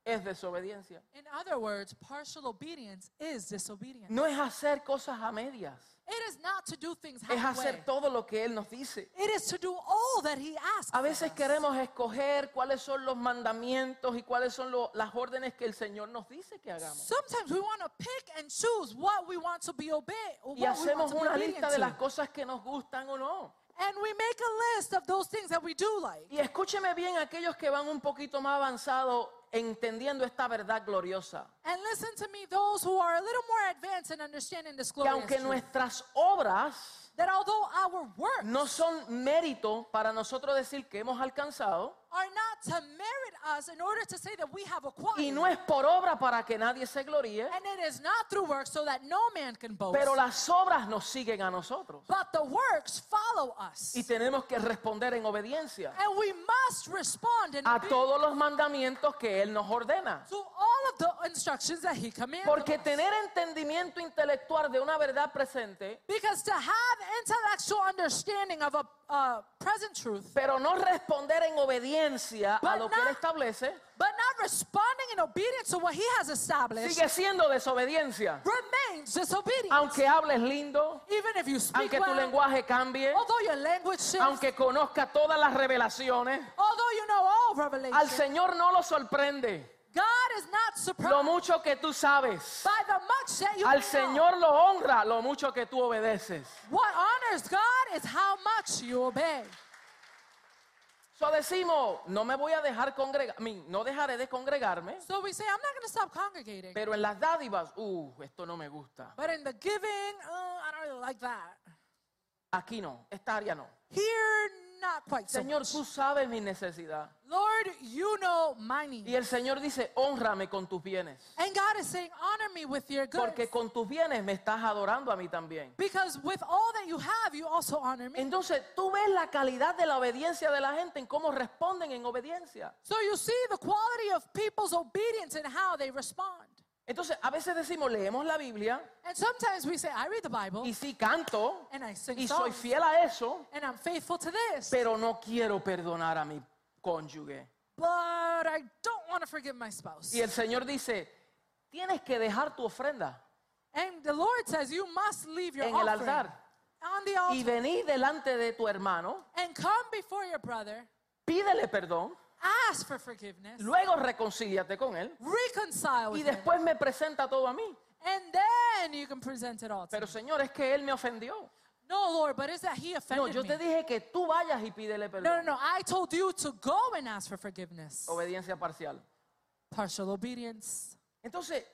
S1: es desobediencia.
S2: In other words, partial obedience is disobedience.
S1: No es hacer cosas a medias,
S2: It is not to do things
S1: es
S2: halfway.
S1: hacer todo lo que Él nos dice.
S2: It is to do all that he asks.
S1: A
S2: of
S1: veces
S2: us.
S1: queremos escoger cuáles son los mandamientos y cuáles son lo- las órdenes que el Señor nos dice que hagamos.
S2: Sometimes we want to pick and choose what we want to be obeyed.
S1: Y hacemos una lista de las cosas que nos gustan o no.
S2: And we make a list of those things that we do like.
S1: Y escúcheme bien aquellos que van un poquito más avanzados entendiendo esta verdad gloriosa.
S2: And listen to me, those who are a little more advanced in understanding this
S1: Que
S2: glorious
S1: aunque
S2: truth,
S1: nuestras obras
S2: that although our works
S1: no son mérito para nosotros decir que hemos alcanzado,
S2: are not to merit us in order to say that we have acquired,
S1: y no es por obra para que nadie se gloríe,
S2: and it is not through works so that no man can boast,
S1: pero las obras nos siguen a nosotros.
S2: but the works follow us.
S1: Y tenemos que responder en obediencia.
S2: and we must respond in
S1: a
S2: obedience
S1: todos los mandamientos que Él nos ordena.
S2: to all of the instructions that he commands.
S1: Porque
S2: us.
S1: tener entendimiento intelectual de una verdad presente,
S2: Because to have intellectual understanding of a uh, present truth,
S1: pero no responder en obediencia a
S2: But
S1: lo que Él
S2: not-
S1: establece,
S2: but not responding in obedience to what he has established,
S1: sigue siendo desobediencia.
S2: remains disobedience.
S1: Aunque hables lindo,
S2: Even if you speak
S1: aunque tu
S2: well,
S1: lenguaje cambie,
S2: although your language shifts,
S1: aunque conozca todas las revelaciones,
S2: although you know all revelation,
S1: al Señor no lo sorprende
S2: God is not
S1: lo
S2: surprised
S1: mucho que tú sabes.
S2: by the much that you
S1: Al
S2: may know.
S1: Señor lo honra lo mucho que tú obedeces.
S2: What honors God is how much you obey.
S1: So decimos, no me voy a dejar congregar, I mean, no dejaré de congregarme.
S2: So we say, I'm not going to stop congregating.
S1: Pero en las dádivas, uh, esto no me gusta.
S2: But in the giving, uh, I don't really like that.
S1: Aquí no, esta área no.
S2: Here, not quite so
S1: Señor,
S2: much.
S1: tú sabes mi necesidad.
S2: Lord, you know my
S1: Y
S2: need.
S1: el Señor dice, honrame con tus bienes.
S2: And God is saying, honor me with your goods.
S1: Porque con tus bienes me estás adorando a mí también.
S2: Because with all that you have, you also honor me.
S1: Entonces, tú ves la calidad de la obediencia de la gente en cómo responden en obediencia.
S2: So you see the quality of people's obedience and how they respond.
S1: Entonces, a veces decimos, leemos la Biblia
S2: And sometimes we say, I read the Bible
S1: y sí canto
S2: and I sing
S1: y soy
S2: songs
S1: fiel a eso,
S2: and I'm faithful to this,
S1: pero no quiero perdonar a mi cónyuge.
S2: but I don't want to forgive my spouse.
S1: Y el Señor dice, tienes que dejar tu ofrenda
S2: And the Lord says, You must leave your
S1: En el
S2: offering
S1: altar.
S2: on the
S1: y
S2: altar
S1: venir delante de tu hermano,
S2: and come before your brother,
S1: pídele perdón,
S2: ask for forgiveness,
S1: luego reconcíliate con él y
S2: reconcile with him,
S1: después me presenta todo a mí.
S2: and then you can present it all to
S1: Pero
S2: me.
S1: Señor, es que él me ofendió.
S2: No, Lord, but is that He
S1: No,
S2: offended
S1: yo
S2: me?
S1: te dije que tú vayas y pídele
S2: No, no,
S1: perdón.
S2: no. I told you to go and ask for forgiveness.
S1: Obediencia parcial.
S2: Partial obedience.
S1: Entonces,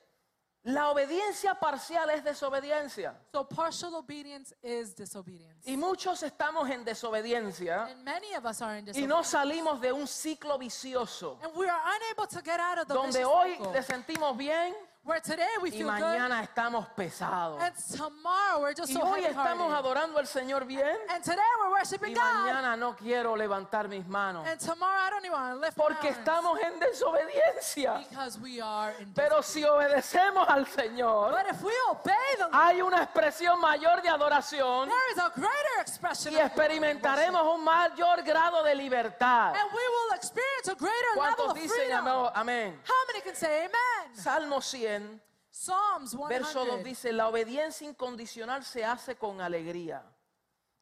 S1: la obediencia parcial es desobediencia.
S2: So partial obedience is disobedience.
S1: Y muchos estamos en desobediencia
S2: And many of us are in
S1: y
S2: disobedience.
S1: no salimos de un ciclo vicioso
S2: And we are unable to get out of the
S1: donde
S2: vicious
S1: hoy
S2: cycle,
S1: te sentimos bien
S2: where today we
S1: y
S2: feel good
S1: mañana estamos pesados.
S2: and tomorrow we're just
S1: Y
S2: so
S1: hoy
S2: heavy-hearted.
S1: estamos adorando al Señor bien
S2: And today we're
S1: y
S2: worshiping God.
S1: mañana no quiero levantar mis manos
S2: And tomorrow I don't even want to lift my
S1: porque
S2: arms.
S1: estamos en desobediencia.
S2: Because we are in
S1: Pero si obedecemos al Señor,
S2: But if we obey the Lord,
S1: hay una expresión mayor de adoración
S2: there is a greater expression
S1: y
S2: of worship.
S1: experimentaremos un mayor grado de libertad.
S2: And we will experience a greater level
S1: ¿Cuántos
S2: of
S1: dicen
S2: freedom.
S1: amén? amén?
S2: How many can say amen?
S1: Salmo 100,
S2: Psalms 100.
S1: verso 2 dice, la obediencia incondicional se hace con alegría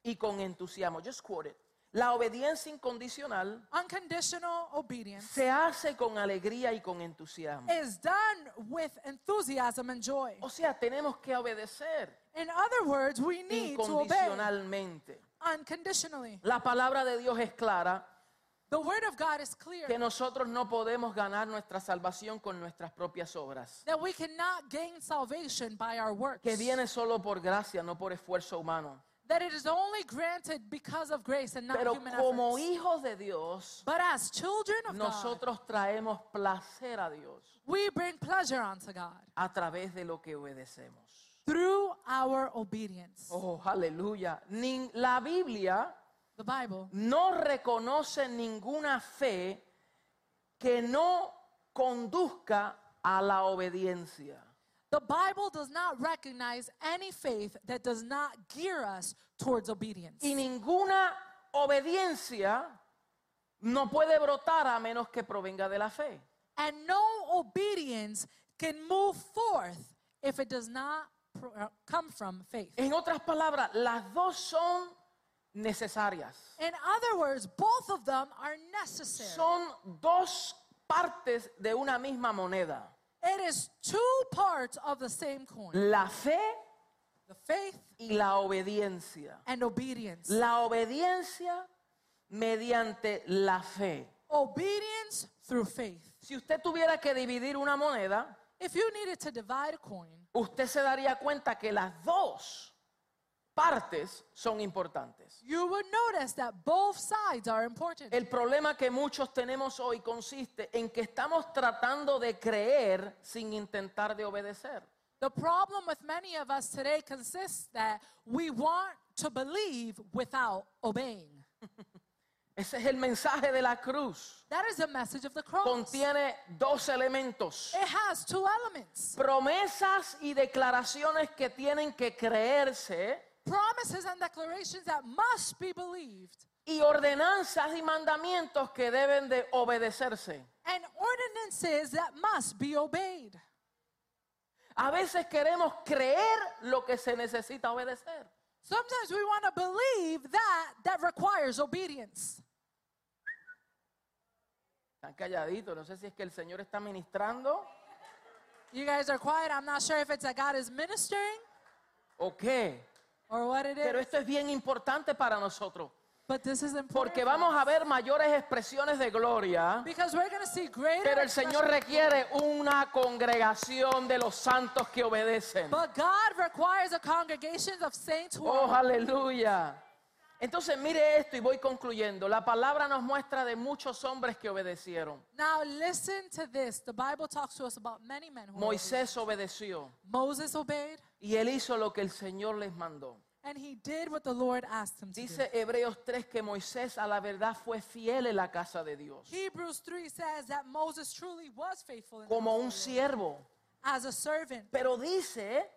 S1: y con entusiasmo. Just quote it. La obediencia incondicional
S2: Unconditional obedience
S1: se hace con alegría y con entusiasmo.
S2: is done with enthusiasm and joy.
S1: O sea, tenemos que obedecer
S2: In other words, we need to obey
S1: incondicionalmente.
S2: unconditionally.
S1: La palabra de Dios es clara
S2: The word of God is clear
S1: que nosotros no podemos ganar nuestra salvación con nuestras propias obras,
S2: that we cannot gain salvation by our works.
S1: que viene solo por gracia, no por esfuerzo humano.
S2: That it is only granted because of grace and not
S1: Pero
S2: human
S1: como
S2: efforts.
S1: hijos de Dios,
S2: But as children of God,
S1: nosotros traemos placer a Dios
S2: we bring pleasure unto God
S1: a través de lo que obedecemos.
S2: through our obedience.
S1: Oh, aleluya. Nin- la Biblia
S2: The Bible
S1: no reconoce ninguna fe que no conduzca a la obediencia.
S2: The Bible does not recognize any faith that does not gear us towards obedience.
S1: Y ninguna obediencia no puede brotar a menos que provenga de la fe.
S2: And no obedience can move forth if it does not pro- uh, come from faith.
S1: En otras palabras, las dos son necesarias.
S2: In other words, both of them are necessary.
S1: Son dos partes de una misma moneda.
S2: It is two parts of the same coin
S1: La fe
S2: the faith
S1: y la obediencia.
S2: and obedience.
S1: La obediencia mediante la fe.
S2: Obedience through faith.
S1: Si usted tuviera que dividir una moneda,
S2: If you needed to divide a coin,
S1: usted se daría cuenta que las dos partes son importantes.
S2: you would notice that both sides are important.
S1: El problema que muchos tenemos hoy consiste en que estamos tratando de creer sin intentar de obedecer.
S2: The problem with many of us today consists that we want to believe without obeying.
S1: Ese es el mensaje de la cruz.
S2: That is the message of the cross. It
S1: Contiene dos elementos.
S2: has two elements
S1: Promesas y declaraciones que tienen que creerse
S2: promises and declarations that must be believed,
S1: y ordenanzas y mandamientos que deben de obedecerse.
S2: and ordinances that must be obeyed.
S1: A veces queremos creer lo que se necesita obedecer.
S2: Sometimes we want to believe that that requires obedience.
S1: Están calladitos, no sé si es que el Señor está ministrando
S2: You guys are quiet. I'm not sure if it's that God is ministering
S1: o qué.
S2: or what it
S1: Pero
S2: is,
S1: esto es bien importante para nosotros,
S2: but this is important.
S1: porque
S2: for
S1: vamos a
S2: us.
S1: ver mayores expresiones de gloria,
S2: Because we're going to see greater.
S1: pero el Señor
S2: expression of glory.
S1: requiere una congregación de los santos que obedecen.
S2: But God requires a congregation of saints who
S1: Oh,
S2: are.
S1: aleluya. Entonces mire esto y voy concluyendo. La palabra nos muestra de muchos hombres que obedecieron.
S2: Now listen to this. The Bible talks to us about many men who obeyed.
S1: Moisés obedeció
S2: Moses obeyed,
S1: y él hizo lo que el Señor les mandó.
S2: and he did what the Lord asked him to
S1: Dice Hebreos 3 que Moisés a la verdad fue fiel en la casa de Dios,
S2: do. Hebrews 3 says that Moses truly was faithful in the
S1: como un
S2: house of the Lord,
S1: siervo
S2: as a servant.
S1: Pero dice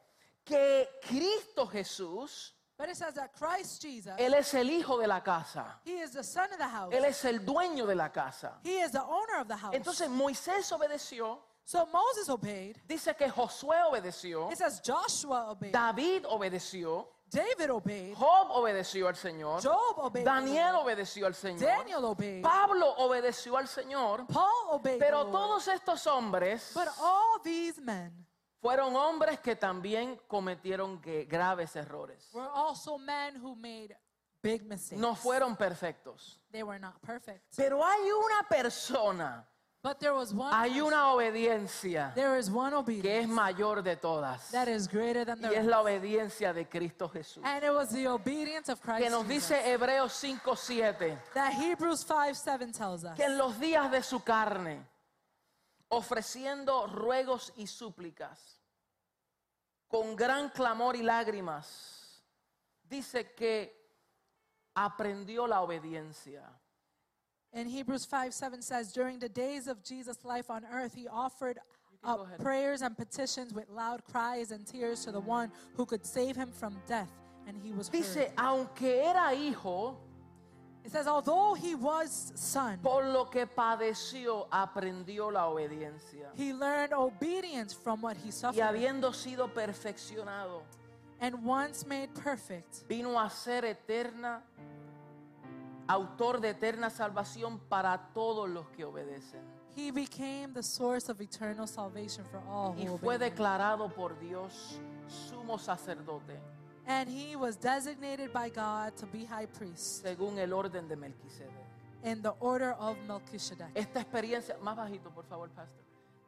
S1: que Cristo Jesús,
S2: But it says that Christ Jesus,
S1: Él es el hijo de la casa.
S2: he is the son of the house.
S1: Él es el dueño de la casa.
S2: He is the owner of the house.
S1: Entonces Moisés obedeció.
S2: so Moses obeyed.
S1: Dice que Josué obedeció.
S2: It says Joshua obeyed.
S1: David obedeció.
S2: David obeyed.
S1: Job obedeció al Señor.
S2: Job obeyed. the
S1: Daniel
S2: Lord.
S1: obedeció al Señor.
S2: Daniel obeyed.
S1: Pablo obedeció al Señor.
S2: Paul obeyed. the
S1: Pero
S2: Lord.
S1: todos estos hombres
S2: but all these men
S1: fueron hombres que también cometieron gue- graves errores.
S2: were also men who made big mistakes.
S1: No fueron perfectos.
S2: They were not perfect.
S1: Pero hay una persona,
S2: But there was one.
S1: hay
S2: person-
S1: una obediencia
S2: there is one
S1: que es
S2: obedience
S1: mayor de todas.
S2: that is greater than the
S1: Y es
S2: rest.
S1: la obediencia de Cristo Jesús.
S2: And it was the obedience of Christ
S1: Que nos
S2: Jesus
S1: dice Hebreos 5:7,
S2: that Hebrews 5 7 tells us.
S1: que en los días de su carne, ofreciendo ruegos y súplicas, con gran clamor y lágrimas, dice que aprendió la obediencia.
S2: And Hebrews 5 7 says, During the days of Jesus' life on earth, he offered
S1: can
S2: up
S1: go ahead.
S2: prayers and petitions with loud cries and tears to the one who could save him from death. And he was heard.
S1: Dice, aunque era hijo,
S2: It says, Although he was son,
S1: por lo que padeció, aprendió la obediencia.
S2: he learned obedience from what he
S1: Y
S2: suffered.
S1: habiendo sido perfeccionado,
S2: And once made perfect,
S1: vino a ser eterna, autor de eterna salvación para todos los que obedecen.
S2: he became the source of eternal salvation for all
S1: Y
S2: who
S1: fue
S2: obey. him.
S1: declarado por Dios sumo sacerdote,
S2: And he was designated by God to be high priest
S1: según el orden de Melquisedec.
S2: in the order of Melchizedek.
S1: Esta experiencia, más bajito por favor, pastor.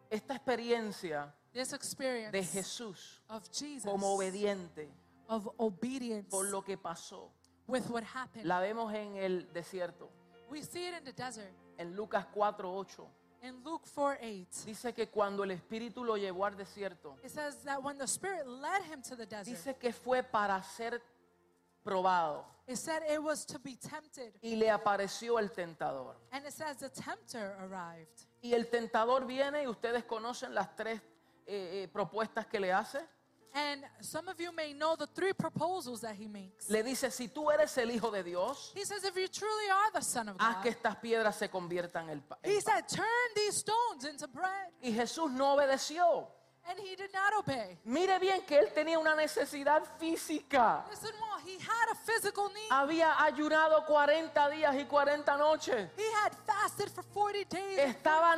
S1: Esta experiencia
S2: This
S1: de
S2: experience
S1: Jesús
S2: of Jesus
S1: como obediente
S2: of obedience
S1: por lo que pasó,
S2: with what happened.
S1: la vemos en el desierto,
S2: we see it in the desert
S1: en Lucas 4:8.
S2: in Luke 4 8.
S1: Dice que cuando el Espíritu lo llevó al desierto,
S2: It says that when the Spirit led him to the desert,
S1: dice que fue para ser probado
S2: it said it was to be tempted.
S1: y le apareció el tentador.
S2: And it says the tempter arrived.
S1: Y el tentador viene y ustedes conocen las tres eh, eh, propuestas que le hace.
S2: And some of you may know the three proposals that he makes.
S1: Le dice, si tú eres el Hijo de Dios,
S2: He says, If you truly are the Son of
S1: haz que
S2: God,
S1: estas piedras se conviertan en pan.
S2: he said, Turn these stones into bread.
S1: Y Jesús no obedeció.
S2: And he did not obey.
S1: Mire bien que él tenía una necesidad física.
S2: Listen well, he had a physical need.
S1: Había ayunado 40 días y 40 noches.
S2: He had fasted for 40 days.
S1: Estaba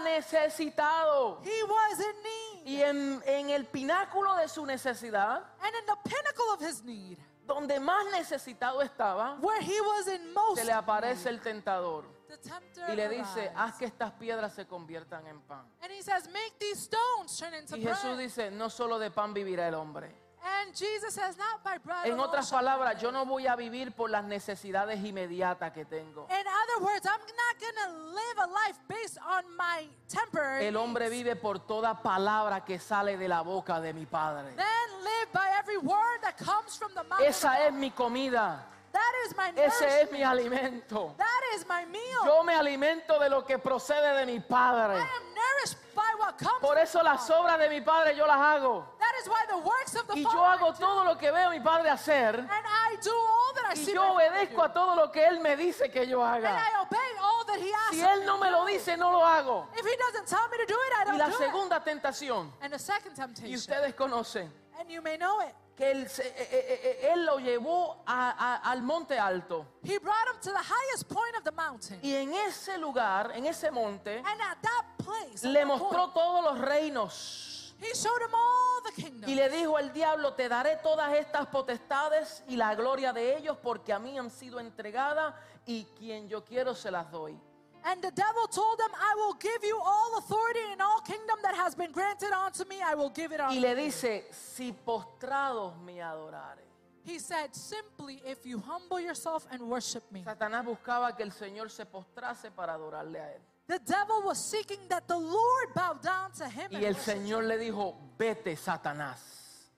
S1: necesitado.
S2: He was in need.
S1: Y en, en el pináculo de su necesidad,
S2: And in the pinnacle of his need,
S1: donde más necesitado estaba,
S2: where he was in most,
S1: se le aparece el tentador
S2: the tempter
S1: y le dice, "Ah".
S2: arrives.
S1: haz que estas piedras se conviertan en pan.
S2: and he says, "Make these stones turn into
S1: Y
S2: bread."
S1: Jesús dice, no solo de pan vivirá el hombre.
S2: and Jesus says, "Not by bread."
S1: En
S2: alone
S1: otras
S2: shall
S1: palabras,
S2: man
S1: yo
S2: live."
S1: no voy a vivir por las necesidades inmediatas que tengo.
S2: In other words, I'm not gonna live a life based on my temporary.
S1: El hombre
S2: needs.
S1: vive por toda palabra que sale de la boca de mi Padre.
S2: Men live by every word that comes from the mouth. of
S1: Esa es
S2: God.
S1: mi comida,
S2: that is my
S1: ese es mi
S2: nourishment.
S1: alimento.
S2: That is my meal.
S1: Yo me alimento de lo que procede de mi Padre.
S2: I am nourished by what comes.
S1: Por
S2: from
S1: eso las
S2: God.
S1: obras de mi Padre yo las hago.
S2: That is why the works of the
S1: Y yo
S2: Father I
S1: hago
S2: do.
S1: todo lo que veo a mi padre hacer.
S2: And I do all that I
S1: Y
S2: see
S1: yo
S2: my Father
S1: obedezco a
S2: do.
S1: todo lo que él me dice que yo
S2: And
S1: haga.
S2: I obey all that he asks
S1: Si
S2: of
S1: él
S2: me
S1: no
S2: to
S1: me lo
S2: do.
S1: dice, no lo hago.
S2: If he doesn't tell me to do it, I
S1: Y
S2: don't
S1: la
S2: do
S1: segunda tentación,
S2: it. And the second
S1: y
S2: temptation,
S1: ustedes conocen,
S2: and you may know it,
S1: que él, se- eh, eh, eh, él lo llevó a- a- al monte alto.
S2: he brought him to the highest point of the mountain.
S1: Y en ese lugar, en ese monte,
S2: And at that place, at
S1: le
S2: that
S1: mostró
S2: point,
S1: todos los reinos.
S2: he showed him all the kingdoms.
S1: Y le dijo al diablo, te daré todas estas potestades y la gloria de ellos, porque a mí han sido entregadas y quien yo quiero se las doy.
S2: And the devil told him, I will give you all authority and all kingdom that has been granted unto me, I will give it unto
S1: Y le
S2: you."
S1: dice, si postrados me adorare.
S2: He said, simply, if you humble yourself and worship me.
S1: Satanás buscaba que el Señor se postrase para adorarle a él.
S2: The devil was seeking that the Lord bow down to him.
S1: Y
S2: and
S1: el
S2: worship him.
S1: Señor le dijo, vete Satanás,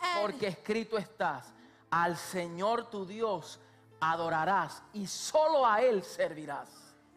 S2: And
S1: porque escrito estás, al Señor tu Dios adorarás y solo a él servirás.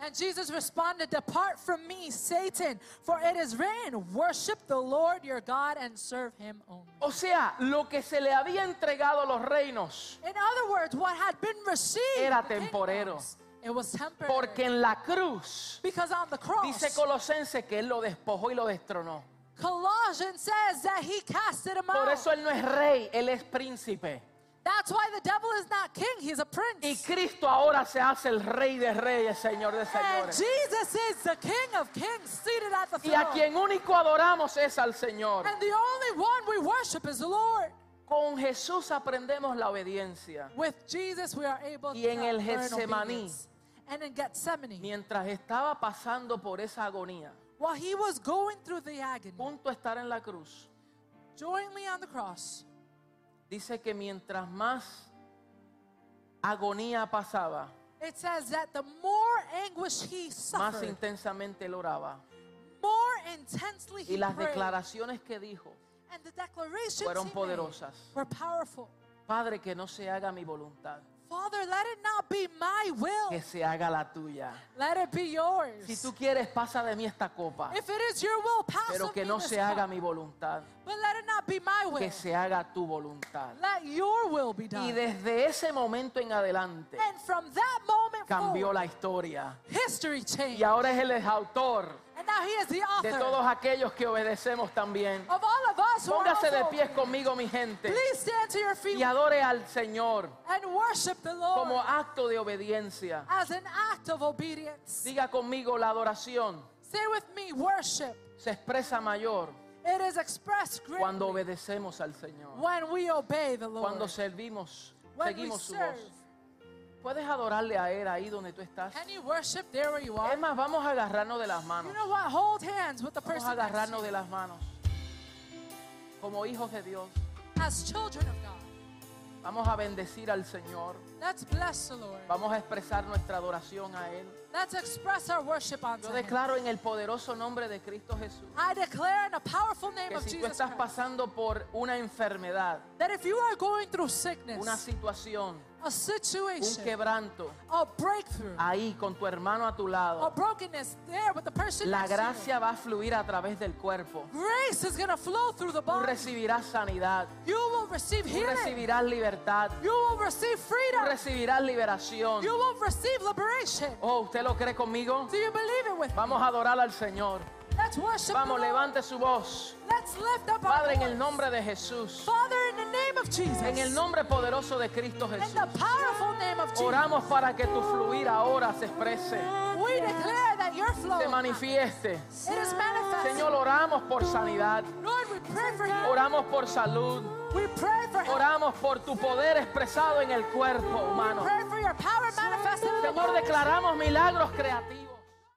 S2: And Jesus responded, Depart from me, Satan, for it is written, Worship the Lord your God and serve him only.
S1: O sea, lo que se le había entregado a los reinos,
S2: In other words, what had been received,
S1: Era
S2: the kingdoms,
S1: temporero.
S2: it was temporary.
S1: porque en la cruz
S2: because on the cross,
S1: dice Colosense que él lo despojó y lo destronó.
S2: Colossians says that he casted him
S1: Por
S2: out.
S1: eso él no es rey, él es príncipe.
S2: That's why the devil is not king, he's a
S1: Y
S2: prince.
S1: Cristo ahora se hace el rey de reyes, señor de
S2: And
S1: señores.
S2: Eh, Jesus is the king of kings seated at the
S1: Y a
S2: throne.
S1: quien único adoramos es al Señor.
S2: And the only one we worship is the Lord.
S1: Con Jesús aprendemos la obediencia.
S2: With Jesus, we are able
S1: Y
S2: to
S1: en el
S2: learn
S1: Getsemaní.
S2: obedience. And in Gethsemane,
S1: Mientras estaba pasando por esa agonía,
S2: while he was going through the agony,
S1: punto a estar en la cruz,
S2: jointly on the cross,
S1: dice que mientras más agonía pasaba,
S2: it says that the more anguish he
S1: más
S2: suffered,
S1: intensamente él oraba.
S2: more intensely he
S1: Y las
S2: prayed.
S1: declaraciones que dijo,
S2: And the declarations
S1: fueron
S2: he
S1: poderosas.
S2: made were powerful.
S1: Padre, que no se haga mi voluntad,
S2: Father, let it not be my will.
S1: que se haga la tuya.
S2: Let it be yours.
S1: Si tú quieres, pasa de mí esta copa,
S2: if it is your will, pass
S1: pero
S2: on
S1: que
S2: me
S1: no
S2: this
S1: se haga
S2: cup.
S1: mi voluntad,
S2: But let it not be my will.
S1: que se haga tu voluntad.
S2: Let your will be done.
S1: Y desde ese momento en adelante
S2: and from that moment
S1: cambió
S2: forward,
S1: la historia.
S2: history changed.
S1: Y ahora es el autor
S2: And now he is the author
S1: de todos aquellos que obedecemos también.
S2: of all of us who are
S1: Póngase de
S2: also-
S1: pies conmigo, mi gente,
S2: Please stand to your feet
S1: y adore al Señor
S2: and worship the Lord
S1: como acto de obediencia.
S2: as an act of obedience.
S1: Diga conmigo, la adoración
S2: Say with me, worship.
S1: se expresa mayor
S2: It is expressed greatly
S1: cuando obedecemos al Señor,
S2: when we obey the Lord.
S1: cuando servimos,
S2: when we
S1: seguimos su
S2: serve.
S1: voz. Puedes adorarle a Él ahí donde tú estás.
S2: Can you worship there where you are?
S1: Es más, vamos a agarrarnos de las manos.
S2: You know what? Hold hands with the
S1: Vamos
S2: person
S1: a
S2: next to
S1: agarrarnos
S2: you.
S1: de las manos. Como hijos de Dios,
S2: as children of God.
S1: vamos a bendecir al Señor.
S2: Let's bless the Lord.
S1: Vamos a expresar nuestra adoración a Él.
S2: Let's express our worship unto
S1: Yo
S2: Him.
S1: declaro en el poderoso nombre de Cristo Jesús
S2: I declare in the powerful name
S1: que
S2: of
S1: si tú
S2: Jesus
S1: estás
S2: Christ
S1: pasando por una enfermedad,
S2: that if you are going through
S1: una
S2: sickness,
S1: situación,
S2: a
S1: un
S2: situation,
S1: quebranto,
S2: a breakthrough,
S1: ahí con tu hermano a tu
S2: a
S1: lado,
S2: brokenness there with the person
S1: la
S2: next to you,
S1: gracia va a fluir a través del cuerpo.
S2: grace is going to flow through the
S1: Tú
S2: body.
S1: recibirás sanidad,
S2: You will receive
S1: tú
S2: healing.
S1: recibirás libertad,
S2: You will receive
S1: tú
S2: freedom.
S1: recibirás liberación.
S2: You will receive liberation.
S1: Oh, ¿usted lo cree conmigo?
S2: Do you believe it with me?
S1: Vamos a adorar al Señor.
S2: Let's worship the
S1: Vamos,
S2: Lord.
S1: levante su voz.
S2: Let's lift up our
S1: Padre, en el
S2: voice.
S1: nombre de Jesús,
S2: Father, in the name of Jesus.
S1: en el nombre poderoso de Cristo
S2: In
S1: Jesús,
S2: the powerful name of Jesus,
S1: oramos para que tu fluir ahora se exprese,
S2: we declare that your flow
S1: se manifieste.
S2: it is manifest.
S1: Señor, oramos por sanidad,
S2: Lord, we pray for you.
S1: oramos por salud,
S2: We pray for you.
S1: oramos por tu poder expresado en el cuerpo
S2: We
S1: humano.
S2: pray for your power manifested in the
S1: Señor,
S2: world.
S1: declaramos milagros creativos.